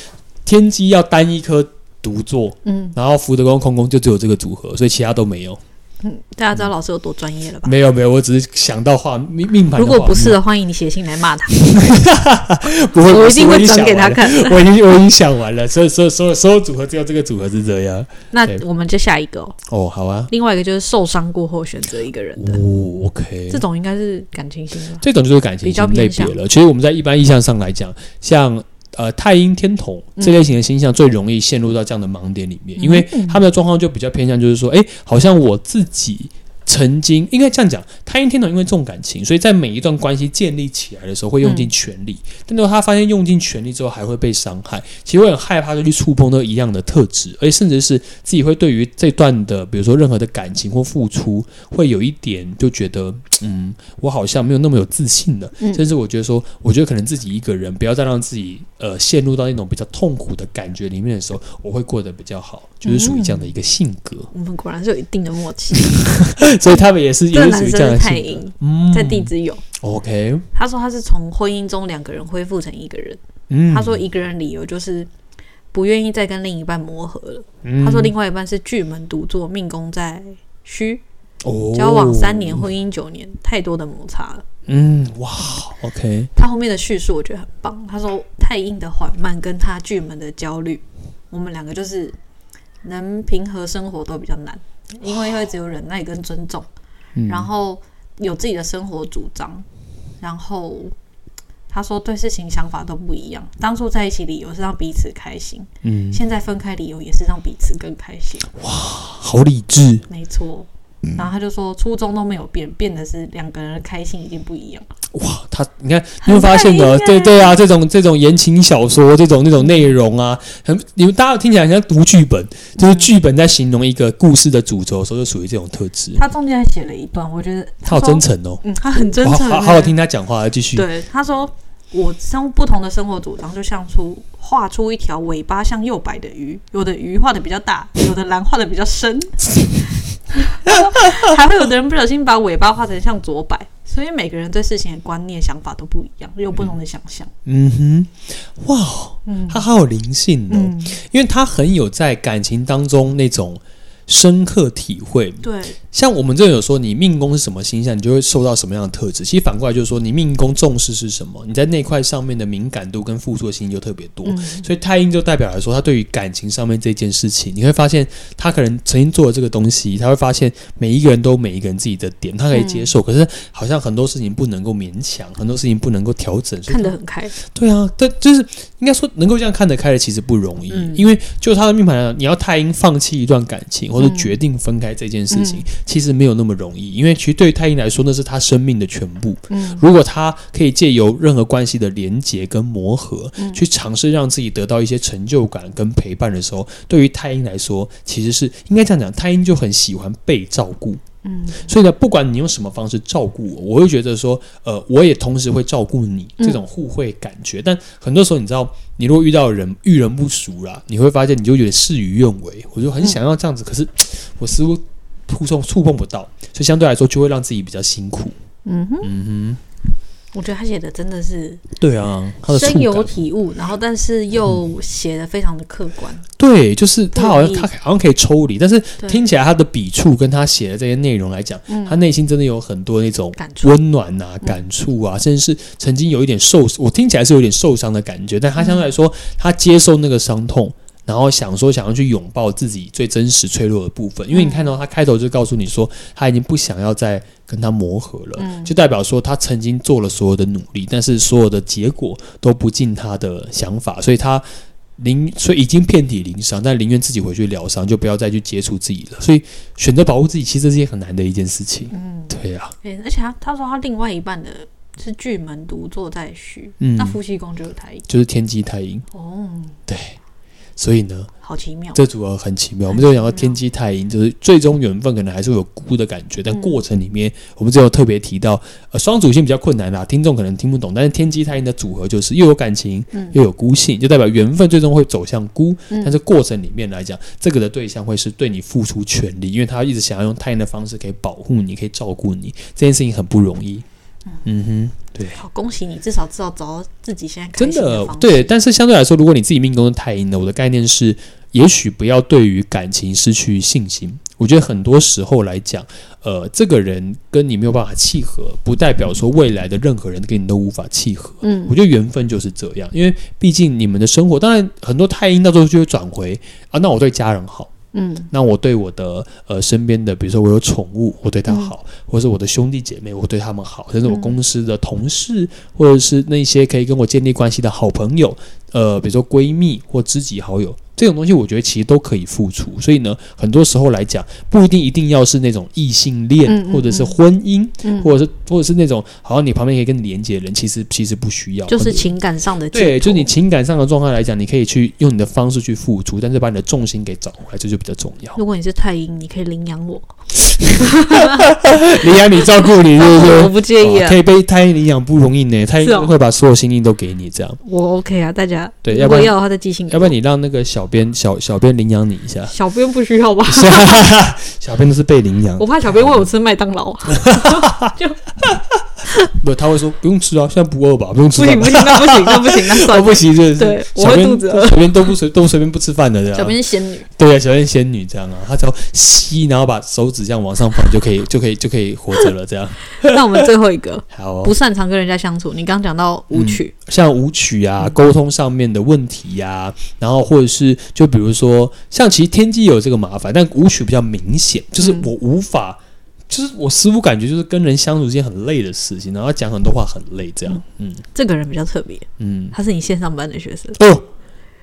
Speaker 2: 天机要单一颗独坐，
Speaker 1: 嗯
Speaker 2: 然后福德宫空宫就只有这个组合，所以其他都没有。
Speaker 1: 嗯，大家知道老师有多专业了吧？
Speaker 2: 没有没有，我只是想到画命命盘的
Speaker 1: 如
Speaker 2: 画面。
Speaker 1: 果不是的，欢迎你写信来骂他，
Speaker 2: 不会，
Speaker 1: 我
Speaker 2: 不
Speaker 1: 一
Speaker 2: 是
Speaker 1: 定
Speaker 2: *laughs* 我已
Speaker 1: 会
Speaker 2: 经
Speaker 1: 转
Speaker 2: 想
Speaker 1: 给他
Speaker 2: 完了。 *laughs*
Speaker 1: 看。 *laughs*
Speaker 2: 我已经我已经想完了，所以所以所有所有组合只有这个组合是这样。
Speaker 1: 那
Speaker 2: 对
Speaker 1: 我们就下一个哦，
Speaker 2: 哦，好啊，
Speaker 1: 另外一个就是受伤过后选择一个人的，
Speaker 2: 哦，OK，
Speaker 1: 这种应该是感情型吧？
Speaker 2: 这种就是感情
Speaker 1: 比较
Speaker 2: 型
Speaker 1: 偏
Speaker 2: 类别
Speaker 1: 向
Speaker 2: 了。其实我们在一般意向上来讲，像呃太阴天同这类型的星象，最容易陷入到这样的盲点里面，因为
Speaker 1: 嗯
Speaker 2: 他们的状况就比较偏向，就是说，诶，好像我自己。曾经应该这样讲，太阴天同因为重感情，所以在每一段关系建立起来的时候会用尽全力，
Speaker 1: 嗯
Speaker 2: 但是他发现用尽全力之后还会被伤害，其实会很害怕就去触碰到一样的特质，而且甚至是自己会对于这段的，比如说任何的感情或付出，会有一点就觉得，嗯，我好像没有那么有自信了，
Speaker 1: 嗯
Speaker 2: 甚至我觉得说，我觉得可能自己一个人，不要再让自己呃陷入到那种比较痛苦的感觉里面的时候，我会过得比较好，就是属于这样的一个性格，
Speaker 1: 我们果然是有一定的默
Speaker 2: *laughs*
Speaker 1: 契，
Speaker 2: 所以他们也是也
Speaker 1: 嗯这个
Speaker 2: 是
Speaker 1: 男
Speaker 2: 属于
Speaker 1: 生
Speaker 2: 这样
Speaker 1: 是
Speaker 2: 的
Speaker 1: 太
Speaker 2: 性格
Speaker 1: 阴，，
Speaker 2: 嗯
Speaker 1: 在地支有。
Speaker 2: ，OK，
Speaker 1: 他说他是从婚姻中两个人恢复成一个人。
Speaker 2: 嗯，
Speaker 1: 他说一个人理由就是不愿意再跟另一半磨合了。
Speaker 2: 嗯，
Speaker 1: 他说另外一半是巨门独坐，命宫在虚，
Speaker 2: 哦
Speaker 1: 交往三年，，婚姻九年，太多的摩擦了。
Speaker 2: 嗯，哇，OK，
Speaker 1: 他后面的叙述我觉得很棒，他说太硬的缓慢跟他巨门的焦虑，我们两个就是能平和生活都比较难，因为会只有忍耐跟尊重，
Speaker 2: 嗯，
Speaker 1: 然后有自己的生活主张，然后。他说：“对事情想法都不一样。当初在一起理由是让彼此开心，
Speaker 2: 嗯，
Speaker 1: 现在分开理由也是让彼此更开心，
Speaker 2: 好理智，
Speaker 1: 没错。
Speaker 2: 嗯
Speaker 1: 然后他就说，初衷都没有变，变的是两个人的开心已经不一样了。
Speaker 2: 哇，他你看，你
Speaker 1: 很
Speaker 2: 会发现呢
Speaker 1: 厉，害
Speaker 2: 对对啊，这种这种言情小说，这种那种内容啊，很你们大家听起来很像读剧本，就是剧本在形容一个故事的主轴的时候，就属于这种特质。
Speaker 1: 他中间还写了一段，我觉得
Speaker 2: 他好
Speaker 1: 说
Speaker 2: 真诚哦，
Speaker 1: 嗯，他很真
Speaker 2: 我好
Speaker 1: 诚，
Speaker 2: 好好好听他讲话，继续。
Speaker 1: 对，他说我生不同的生活主张，就像出画出一条尾巴向右摆的鱼，有的鱼画的比较大，有的蓝画的比较深，还会有的人不小心把尾巴画成向左摆，所以每个人对事情的观念、想法都不一样，有不同的想象。
Speaker 2: 嗯哼，哇哦，
Speaker 1: 嗯
Speaker 2: 他好有灵性哦，
Speaker 1: 嗯，
Speaker 2: 因为他很有在感情当中那种深刻体会。
Speaker 1: 对，
Speaker 2: 像我们这有说，你命宫是什么星象，你就会受到什么样的特质。其实反过来就是说，你命宫重视是什么，你在那块上面的敏感度跟付出的心就特别多。
Speaker 1: 嗯
Speaker 2: 所以太阴就代表来说，他对于感情上面这件事情，你会发现他可能曾经做了这个东西，他会发现每一个人都有每一个人自己的点，他可以接
Speaker 1: 嗯
Speaker 2: 受，可是好像很多事情不能够勉强，很多事情不能够调整。所以
Speaker 1: 看得很开。
Speaker 2: 对啊，但就是应该说能够这样看得开的其实不容易，
Speaker 1: 嗯
Speaker 2: 因为就他的命盘来啊讲，你要太阴放弃一段感情或者
Speaker 1: 嗯
Speaker 2: 决定分开这件事情，
Speaker 1: 嗯
Speaker 2: 其实没有那么容易，因为其实对于太阴来说，那是他生命的全部。
Speaker 1: 嗯
Speaker 2: 如果他可以借由任何关系的连结跟磨合，
Speaker 1: 嗯
Speaker 2: 去尝试让自己得到一些成就感跟陪伴的时候，对于太阴来说，其实是应该这样讲，太阴就很喜欢被照顾。
Speaker 1: 嗯
Speaker 2: 所以呢，不管你用什么方式照顾我，我会觉得说，呃，我也同时会照顾你
Speaker 1: 嗯
Speaker 2: 这种互惠感觉。但很多时候，你知道，你如果遇到人遇人不淑啦，你会发现你就有点事与愿违。我就很想要这样子，
Speaker 1: 嗯
Speaker 2: 可是我似乎触碰触碰不到，所以相对来说就会让自己比较辛苦。
Speaker 1: 嗯哼，
Speaker 2: 嗯
Speaker 1: 我觉得他写的真的是
Speaker 2: 哼，对啊，他的
Speaker 1: 深
Speaker 2: 触
Speaker 1: 有
Speaker 2: 感，
Speaker 1: 体悟，然后但是又写的非常的客观。
Speaker 2: 对，就是他好像
Speaker 1: 不容易
Speaker 2: 他好像可以抽离，但是
Speaker 1: 对
Speaker 2: 听起来他的笔触跟他写的这些内容来讲，
Speaker 1: 嗯
Speaker 2: 他内心真的有很多那种
Speaker 1: 感触
Speaker 2: 温暖啊、感触啊，甚至是曾经有一点受，我听起来是有点受伤的感觉，但他相对来说，他接受那个伤痛，然后想说想要去拥抱自己最真实、脆弱的部分，因为
Speaker 1: 嗯
Speaker 2: 你看到他开头就告诉你说，他已经不想要再跟他磨合了。
Speaker 1: 嗯
Speaker 2: 就代表说，他曾经做了所有的努力，但是所有的结果都不尽他的想法，所以他宁，所以已经遍体鳞伤，但宁愿自己回去疗伤，就不要再去接触自己了。所以选择保护自己，其实是一件很难的一件事情。
Speaker 1: 嗯，
Speaker 2: 对啊呀、
Speaker 1: 对，而且他他说他另外一半的是巨门独坐在戌，
Speaker 2: 嗯
Speaker 1: 那，夫妻宫就是太阴
Speaker 2: 就是天机太阴，
Speaker 1: 哦，
Speaker 2: 所以呢，
Speaker 1: 好奇妙。
Speaker 2: 这组合很奇妙。我们就讲到天机太阴，就是最终缘分可能还是会有孤的感觉，但
Speaker 1: 嗯
Speaker 2: 过程里面，我们只有特别提到，呃，双主性比较困难啦，听众可能听不懂，但是天机太阴的组合就是又有感情
Speaker 1: 嗯
Speaker 2: 又有孤性，就代表缘分最终会走向孤。
Speaker 1: 嗯
Speaker 2: 但是过程里面来讲，这个的对象会是对你付出全力，因为他一直想要用太阴的方式可以保护你，可以照顾你，这件事情很不容易。嗯哼，对。
Speaker 1: 好，恭喜你，至少知道找到自己现在
Speaker 2: 真
Speaker 1: 开心
Speaker 2: 的
Speaker 1: 方式。
Speaker 2: 对，但是相对来说，如果你自己命宫是太阴的，我的概念是，也许不要对于感情失去信心。我觉得很多时候来讲，呃，这个人跟你没有办法契合，不代表说未来的任何人跟你都无法契合。
Speaker 1: 嗯
Speaker 2: 我觉得缘分就是这样，因为毕竟你们的生活，当然很多太阴到最后就会转回啊，那我对家人好，
Speaker 1: 嗯
Speaker 2: 那我对我的呃身边的，比如说我有宠物，我对它好，或者是我的兄弟姐妹，我对他们好，甚至我
Speaker 1: 嗯
Speaker 2: 公司的同事，或者是那些可以跟我建立关系的好朋友，呃，比如说闺蜜或知己好友。这种东西，我觉得其实都可以付出。所以呢，很多时候来讲，不一定一定要是那种异性恋，
Speaker 1: 嗯嗯
Speaker 2: 或者是婚姻，
Speaker 1: 嗯，
Speaker 2: 或者是或者是那种好像你旁边可以跟你连接的人，其实其实不需要。
Speaker 1: 就
Speaker 2: 很
Speaker 1: 是
Speaker 2: 多
Speaker 1: 情感上的
Speaker 2: 对，
Speaker 1: 寄
Speaker 2: 就
Speaker 1: 托
Speaker 2: 你情感上的状态来讲，你可以去用你的方式去付出，但是把你的重心给找回来，这就比较重要。
Speaker 1: 如果你是太阴，你可以领养
Speaker 2: *laughs*
Speaker 1: 我，
Speaker 2: 领养你照顾你，是
Speaker 1: *laughs*
Speaker 2: 不
Speaker 1: 我
Speaker 2: 是？
Speaker 1: 不介意
Speaker 2: 哦
Speaker 1: 啊
Speaker 2: 可，以被太阴领养不容易
Speaker 1: *laughs*
Speaker 2: 呢，太
Speaker 1: 是哦
Speaker 2: 阴会把所有心意都给你，这样。
Speaker 1: 我 OK 啊，大家
Speaker 2: 对要
Speaker 1: 如
Speaker 2: 不
Speaker 1: 果
Speaker 2: 然
Speaker 1: 要的话再寄信给
Speaker 2: 要
Speaker 1: 我，，
Speaker 2: 不然你让那个小编小小编领养你一
Speaker 1: *laughs*
Speaker 2: 下 *laughs*
Speaker 1: 小编不需要吧？
Speaker 2: 小编都是被领养
Speaker 1: 我，怕小编喂我吃麦当劳，啊
Speaker 2: *laughs* 不，他会说不用吃啊，现在不饿吧，不用吃
Speaker 1: 不行
Speaker 2: 饭
Speaker 1: 不。行，那不行，那不行，那算
Speaker 2: *laughs* 哦，
Speaker 1: 了。
Speaker 2: 不行，这
Speaker 1: 对
Speaker 2: 是
Speaker 1: 我
Speaker 2: 小
Speaker 1: 会
Speaker 2: 编
Speaker 1: 肚子饿
Speaker 2: 小编都不随都随便不吃饭的这
Speaker 1: 小
Speaker 2: 样。
Speaker 1: 编是仙女，
Speaker 2: 对啊，小编仙女这样啊，她只要吸，然后把手指这样往上放，就可以就可以就可以活着了这样。
Speaker 1: *laughs* 那我们最后一个
Speaker 2: 好哦，嗯
Speaker 1: 不擅长跟人家相处，你刚讲到舞曲，
Speaker 2: 像舞曲
Speaker 1: 嗯
Speaker 2: 啊、沟通上面的问题呀、然后或者是就比如说，像其实天机有这个麻烦，但舞曲比较明显，就是
Speaker 1: 嗯
Speaker 2: 我无法，就是我似乎感觉就是跟人相处是件很累的事情，然后讲很多话很累，这样，嗯
Speaker 1: 这个人比较特别，
Speaker 2: 嗯，
Speaker 1: 他是你线上班的学生，
Speaker 2: 哦，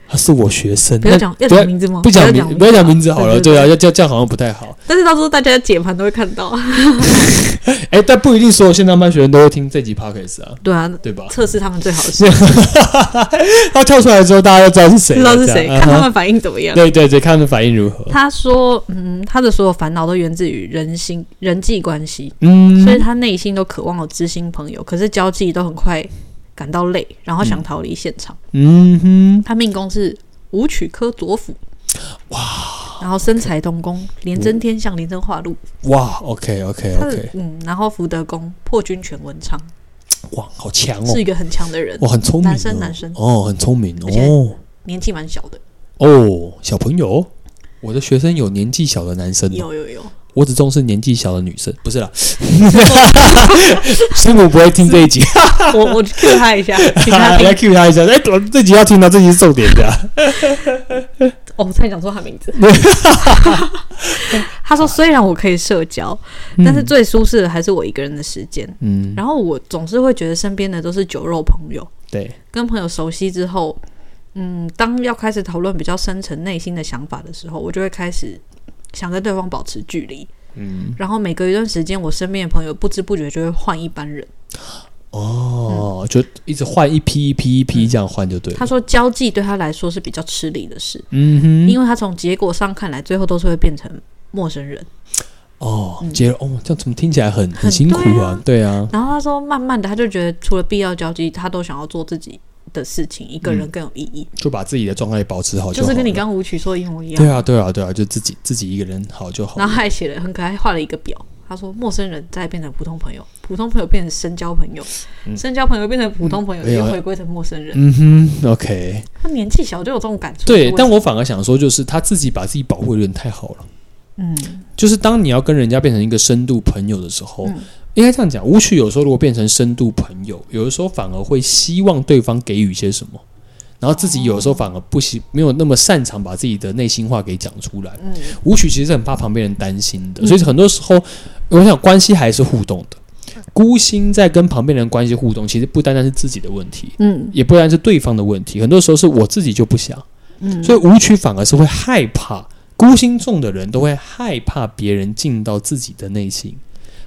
Speaker 2: 他是我学生，
Speaker 1: 不要讲要
Speaker 2: 不要
Speaker 1: 讲名字吗？
Speaker 2: 那不讲名，不要讲名字好了，对啊，
Speaker 1: 对
Speaker 2: 要这样这样好像不太好，
Speaker 1: 但是到时候大家解盘都会看到，啊
Speaker 2: 哎，但不一定所有现场班学生都会听这集 podcast 啊，
Speaker 1: 对啊，
Speaker 2: *laughs* 对吧？ *laughs*
Speaker 1: 测试他们最好的事，
Speaker 2: 他跳出来之后，大家就知道是
Speaker 1: *laughs*
Speaker 2: 谁
Speaker 1: 知
Speaker 2: 了，
Speaker 1: 道是
Speaker 2: 这
Speaker 1: 谁，
Speaker 2: 样
Speaker 1: 看他
Speaker 2: 嗯哼
Speaker 1: 们反应怎么样。
Speaker 2: 对对对，看他们反应如何，
Speaker 1: 他说，嗯，他的所有烦恼都源自于人心、人际关系，
Speaker 2: 嗯，
Speaker 1: 所以他内心都渴望有知心朋友，可是交际都很快感到累，然后想逃离现场。
Speaker 2: 嗯哼，
Speaker 1: 他命宫是武曲科左辅，哇，然后身财东宫，廉贞天相，廉贞化禄，
Speaker 2: 哇，OK OK
Speaker 1: 他的
Speaker 2: OK，
Speaker 1: 嗯，然后福德宫破军权文昌，
Speaker 2: 哇，好强哦
Speaker 1: 是，一个很强的人，
Speaker 2: 哇，很聪明哦，
Speaker 1: 男生男生
Speaker 2: 哦，很聪明
Speaker 1: 而且
Speaker 2: 哦
Speaker 1: 年纪蛮小的，
Speaker 2: 哦，小朋友，我的学生有年纪小的男生哦，
Speaker 1: 有有
Speaker 2: *laughs*
Speaker 1: 有，
Speaker 2: 我只重视年纪小的女生，不是啦，
Speaker 1: *laughs*
Speaker 2: 师母不会听这一集，
Speaker 1: 我我 Q 他
Speaker 2: *laughs*
Speaker 1: 一下，请他听
Speaker 2: 来 cue 他一下，哎，怎么这集要听到，这集是重点的啊，
Speaker 1: 哦，我差点讲错他名字。 *laughs* 他说：“虽然我可以社交，但是最舒适的还是我一个人的时间。
Speaker 2: 嗯，
Speaker 1: 然后我总是会觉得身边的都是酒肉朋友，
Speaker 2: 对，
Speaker 1: 跟朋友熟悉之后，嗯，当要开始讨论比较深层内心的想法的时候，我就会开始想跟对方保持距离。
Speaker 2: 嗯，
Speaker 1: 然后每隔一段时间，我身边的朋友不知不觉就会换一班人。
Speaker 2: 哦，就一直换一批一批一批这样换就对了
Speaker 1: 嗯他，说，交际对他来说是比较吃力的事，
Speaker 2: 嗯哼，
Speaker 1: 因为他从结果上看来，最后都是会变成陌生人。
Speaker 2: 哦，
Speaker 1: 嗯
Speaker 2: 接了，哦，这样怎么听起来很很辛苦啊？对啊，
Speaker 1: 然后他说，慢慢的，他就觉得除了必要交际，他都想要做自己的事情，一个人更有意义。
Speaker 2: 就把自己的状态保持好
Speaker 1: 嗯就
Speaker 2: 好
Speaker 1: 是跟你
Speaker 2: 了
Speaker 1: 刚刚舞曲说的一模一样。啊
Speaker 2: 对啊，对啊，对啊，就自己自己一个人好就好
Speaker 1: 然后
Speaker 2: 了。
Speaker 1: 他还写了很可爱，画了一个表。他说：“陌生人再变成普通朋友，普通朋友变成深交朋友，深交朋友变成普通朋友，
Speaker 2: 嗯嗯哎呀
Speaker 1: 又回归成陌生人。
Speaker 2: 嗯哼，OK，
Speaker 1: 他年纪小就有这种感触。
Speaker 2: 对，
Speaker 1: 我
Speaker 2: 但我反而想说，就是他自己把自己保护的有点太好了。
Speaker 1: 嗯，
Speaker 2: 就是当你要跟人家变成一个深度朋友的时候，
Speaker 1: 嗯
Speaker 2: 应该这样讲，舞曲有时候如果变成深度朋友，有的时候反而会希望对方给予些什么，然后自己有的时候反而不喜，没有那么擅长把自己的内心话给讲出来。
Speaker 1: 嗯
Speaker 2: 舞曲其实是很怕旁边人担心的，所以很多时候，我想关系还是互动的。孤心在跟旁边人关系互动，其实不单单是自己的问题，
Speaker 1: 嗯
Speaker 2: 也不单是对方的问题，很多时候是我自己就不想，
Speaker 1: 嗯，
Speaker 2: 所以舞曲反而是会害怕，孤心重的人都会害怕别人进到自己的内心，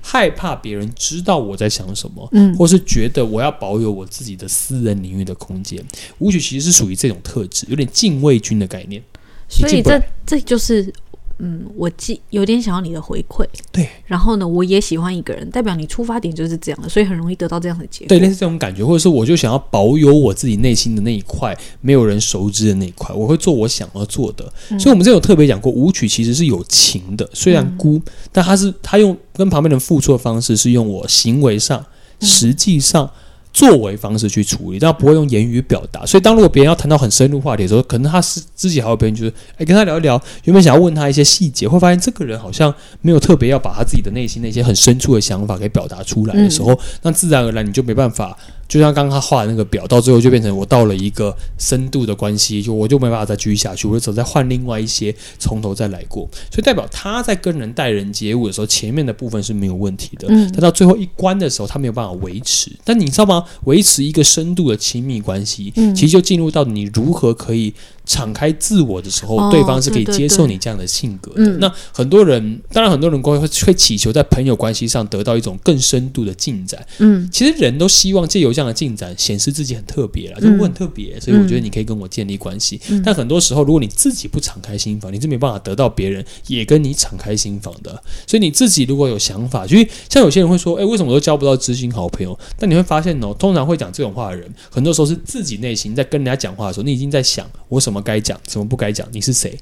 Speaker 2: 害怕别人知道我在想什么，
Speaker 1: 嗯
Speaker 2: 或是觉得我要保有我自己的私人领域的空间。舞曲其实是属于这种特质，有点禁卫军的概念。
Speaker 1: 所以
Speaker 2: 进不来
Speaker 1: 这这就是嗯，我既有点想要你的回馈，
Speaker 2: 对。
Speaker 1: 然后呢，我也喜欢一个人，代表你出发点就是这样的，所以很容易得到这样的结果。
Speaker 2: 对，类似这种感觉，或者是我就想要保有我自己内心的那一块，没有人熟知的那一块，我会做我想要做的。所以，我们之前有特别讲过，舞曲其实是有情的，虽然孤，但他是他用跟旁边人付出的方式，是用我行为上、实际上。作为方式去处理，但不会用言语表达。所以，当如果别人要谈到很深入话题的时候，可能他是自己还有别人就是，哎、跟他聊一聊，原本想要问他一些细节，会发现这个人好像没有特别要把他自己的内心那些很深处的想法给表达出来的时候，那自然而然你就没办法，就像刚刚他画的那个表，到最后就变成我到了一个深度的关系，就我就没办法再继续下去，我就只能再换另外一些，从头再来过。所以代表他在跟人待人接物的时候，前面的部分是没有问题的，
Speaker 1: 嗯
Speaker 2: 但到最后一关的时候，他没有办法维持。但你知道吗？维持一个深度的亲密关系，
Speaker 1: 嗯
Speaker 2: 其实就进入到你如何可以敞开自我的时候，
Speaker 1: 哦
Speaker 2: 对方是可以
Speaker 1: 对对
Speaker 2: 接受
Speaker 1: 对
Speaker 2: 你这样的性格的。
Speaker 1: 嗯
Speaker 2: 那很多人，当然很多人会会祈求在朋友关系上得到一种更深度的进展。
Speaker 1: 嗯
Speaker 2: 其实人都希望借由这样的进展，显示自己很特别啦，就
Speaker 1: 嗯
Speaker 2: 我很特别，所以我觉得你可以跟我建立关系。
Speaker 1: 嗯
Speaker 2: 但很多时候，如果你自己不敞开心房，你是没办法啊得到别人也跟你敞开心房的。所以你自己如果有想法，就是像有些人会说，诶，为什么我都交不到知心好朋友？但你会发现哦，通常会讲这种话的人，很多时候是自己内心在跟人家讲话的时候，你已经在想我什么该讲，什么不该讲，你是谁。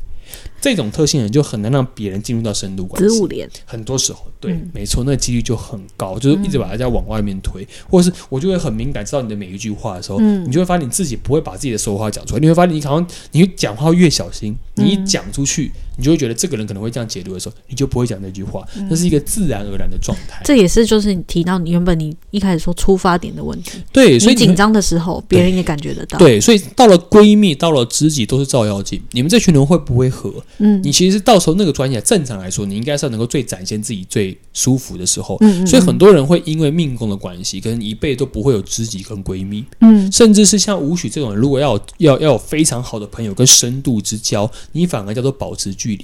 Speaker 2: 这种特性的人就很难让别人进入到深度关系。
Speaker 1: 子午连，
Speaker 2: 很多时候，对，
Speaker 1: 嗯
Speaker 2: 没错，那个几率就很高，就是一直把大家往外面推，或者是我就会很敏感，知道你的每一句话的时候，
Speaker 1: 嗯
Speaker 2: 你就会发现你自己不会把自己的说话讲出来，你会发现你好像你讲话越小心，你一
Speaker 1: 嗯
Speaker 2: 讲出去，你就会觉得这个人可能会这样解读的时候，你就不会讲那句话，
Speaker 1: 嗯
Speaker 2: 那是一个自然而然的状态。
Speaker 1: 这也是就是你提到你原本你一开始说出发点的问题，
Speaker 2: 对，所以
Speaker 1: 你
Speaker 2: 你会
Speaker 1: 紧张的时候，别人也感觉得到。，
Speaker 2: 对，所以到了闺蜜，到了知己，都是照妖镜。你们这群人会不会合？
Speaker 1: 嗯
Speaker 2: 你其实到时候那个专业，正常来说，你应该是要能够最展现自己最舒服的时候。
Speaker 1: 嗯嗯
Speaker 2: 所以很多人会因为命宫的关系，跟一辈都不会有知己跟闺蜜，
Speaker 1: 嗯
Speaker 2: 甚至是像吴许这种人，如果要有要要有非常好的朋友跟深度之交，你反而叫做保持距离。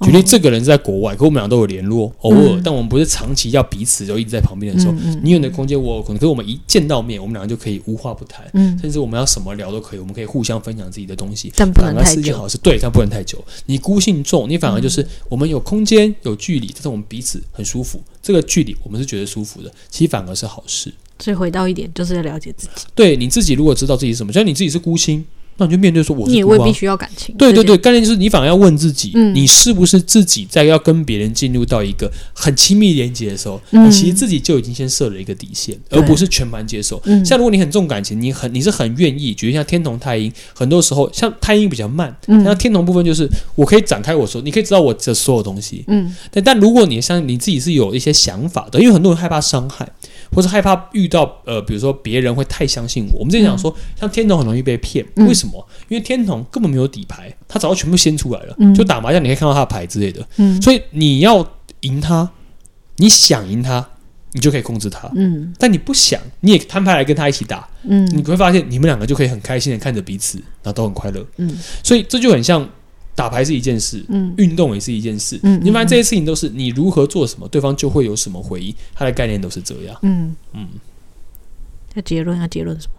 Speaker 2: 举例，
Speaker 1: 哦
Speaker 2: 这个人在国外，可我们俩都有联络，偶尔，
Speaker 1: 嗯
Speaker 2: 但我们不是长期要彼此就一直在旁边的时候，
Speaker 1: 嗯嗯
Speaker 2: 你有你的空间，我有空间，可是我们一见到面，我们两个就可以无话不谈，
Speaker 1: 嗯，
Speaker 2: 甚至我们要什么聊都可以，我们可以互相分享自己的东西。
Speaker 1: 但不
Speaker 2: 反
Speaker 1: 能
Speaker 2: 而
Speaker 1: 太
Speaker 2: 是一件
Speaker 1: 久。
Speaker 2: 好事，对，但不能太久。你孤性重，你反而就是我们有空间、有距离，但是我们彼此很舒服，这个距离我们是觉得舒服的，其实反而是好事。
Speaker 1: 所以回到一点，就是要了解自己，
Speaker 2: 对你自己如果知道自己是什么，像你自己是孤星，那你就面对说我是
Speaker 1: 你也
Speaker 2: 孤
Speaker 1: 未
Speaker 2: 啊
Speaker 1: 必需要感情。
Speaker 2: 对对
Speaker 1: 这
Speaker 2: 对，
Speaker 1: 件，
Speaker 2: 概念就是你反而要问自己，
Speaker 1: 嗯
Speaker 2: 你是不是自己在要跟别人进入到一个很亲密连接的时候，
Speaker 1: 嗯
Speaker 2: 你其实自己就已经先设了一个底线，而
Speaker 1: 对
Speaker 2: 不是全盘接受。
Speaker 1: 嗯
Speaker 2: 像如果你很重感情，你很你是很愿意，举例像天同太阴，很多时候像太阴比较慢，那
Speaker 1: 嗯
Speaker 2: 天同部分就是我可以展开我说，你可以知道我的所有东西。
Speaker 1: 嗯
Speaker 2: 但但如果你像你自己是有一些想法的，因为很多人害怕伤害，或是害怕遇到呃，比如说别人会太相信我。我们之前讲说，像天童很容易被骗，
Speaker 1: 嗯
Speaker 2: 为什么？因为天童根本没有底牌，他早就全部先出来了。
Speaker 1: 嗯
Speaker 2: 就打麻将，你可以看到他的牌之类的。
Speaker 1: 嗯
Speaker 2: 所以你要赢他，你想赢他，你就可以控制他。
Speaker 1: 嗯
Speaker 2: 但你不想，你也摊牌来跟他一起打，你
Speaker 1: 嗯
Speaker 2: 会发现你们两个就可以很开心的看着彼此，然后都很快乐。
Speaker 1: 嗯
Speaker 2: 所以这就很像打牌是一件事，
Speaker 1: 嗯
Speaker 2: 运动也是一件事。
Speaker 1: 嗯
Speaker 2: 你发现这些事情都是你如何做什么，对方就会有什么回应，它的概念都是这样。
Speaker 1: 嗯
Speaker 2: 嗯，
Speaker 1: 要结论要结论什么？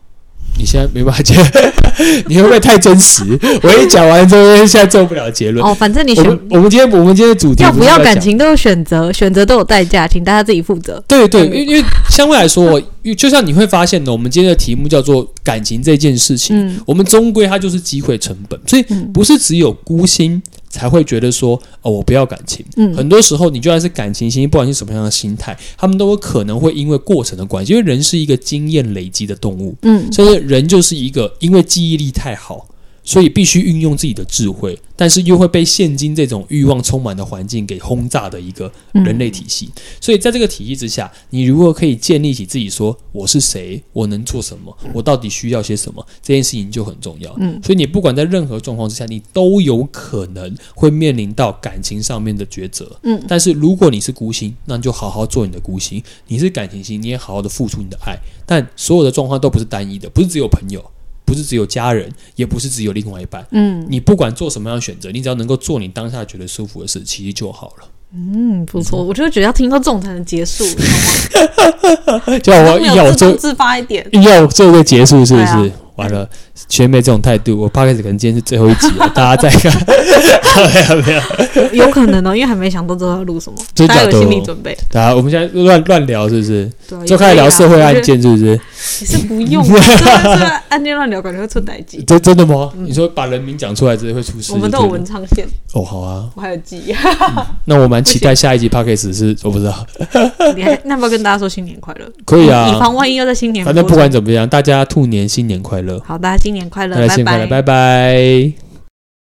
Speaker 2: 你现在没办法接， *laughs* 你会不会太真实？我一讲完之后，现在做不了结论。
Speaker 1: 哦，反正你
Speaker 2: 我
Speaker 1: 选
Speaker 2: 们我们今天我们今天的主题
Speaker 1: 要
Speaker 2: 不
Speaker 1: 不
Speaker 2: 是
Speaker 1: 要
Speaker 2: 在
Speaker 1: 感
Speaker 2: 讲？
Speaker 1: 情都有选择，选择都有代价，请大家自己负责。
Speaker 2: 对对，因为因为相对来说， *laughs* 因为就像你会发现呢，我们今天的题目叫做感情这件事情，
Speaker 1: 嗯
Speaker 2: 我们终归它就是机会成本，所以
Speaker 1: 嗯
Speaker 2: 不是只有孤心才会觉得说哦，我不要感情。
Speaker 1: 嗯
Speaker 2: 很多时候，你就算是感情心，不管是什么样的心态，他们都有可能会因为过程的关系，因为人是一个经验累积的动物，
Speaker 1: 嗯
Speaker 2: 所以人就是一个因为记忆力太好，所以必须运用自己的智慧，但是又会被现今这种欲望充满的环境给轰炸的一个
Speaker 1: 嗯
Speaker 2: 人类体系。所以在这个体系之下，你如何可以建立起自己说我是谁，我能做什么，我到底需要些什么，这件事情就很重要。
Speaker 1: 嗯
Speaker 2: 所以你不管在任何状况之下，你都有可能会面临到感情上面的抉择。
Speaker 1: 嗯
Speaker 2: 但是如果你是孤星，那你就好好做你的孤星；你是感情星，你也好好的付出你的爱。但所有的状况都不是单一的，不是只有朋友，不是只有家人，也不是只有另外一半。
Speaker 1: 嗯
Speaker 2: 你不管做什么样的选择，你只要能够做你当下觉得舒服的事，其实就好了。
Speaker 1: 嗯，不错，我就觉得要听到这种才能结束，你知道吗
Speaker 2: 叫
Speaker 1: *laughs*
Speaker 2: 啊我
Speaker 1: 没
Speaker 2: 硬要
Speaker 1: 哎有自
Speaker 2: 做
Speaker 1: 动，自发一点。
Speaker 2: 硬要做个结束，是不是？
Speaker 1: 对啊
Speaker 2: 完了，学妹这种态度，我 p 开始可能今天是最后一集了，
Speaker 1: *laughs*
Speaker 2: 大家再看。没有没有，
Speaker 1: 有可 *laughs* 能哦，因为还没想到之后要录什么，
Speaker 2: 真的
Speaker 1: 大家有
Speaker 2: 假的
Speaker 1: 心理准备。
Speaker 2: 大啊家我们现在乱乱聊，是不是？
Speaker 1: 对啊，
Speaker 2: 就开始聊社会案，件，是不是？
Speaker 1: 也是不 *laughs* 用啊，真的是案件乱聊，感觉会出歹机。
Speaker 2: 真真的吗？你说把人名讲出来，直接会出
Speaker 1: 嗯
Speaker 2: 事就对了。
Speaker 1: 我们都有文昌线，
Speaker 2: 哦，好啊，
Speaker 1: 我还有记 *laughs* 忆。
Speaker 2: 那我蛮期待下一集 podcast 是，我不知道，
Speaker 1: 哎你还那要不要跟大家说新年快乐？
Speaker 2: 可以
Speaker 1: 以
Speaker 2: 啊
Speaker 1: 防。万一要在新年播
Speaker 2: 反
Speaker 1: 出，
Speaker 2: 正不管怎么样，大家兔年新年快乐，
Speaker 1: 好，大家新年快乐，
Speaker 2: 大家新年快乐，拜拜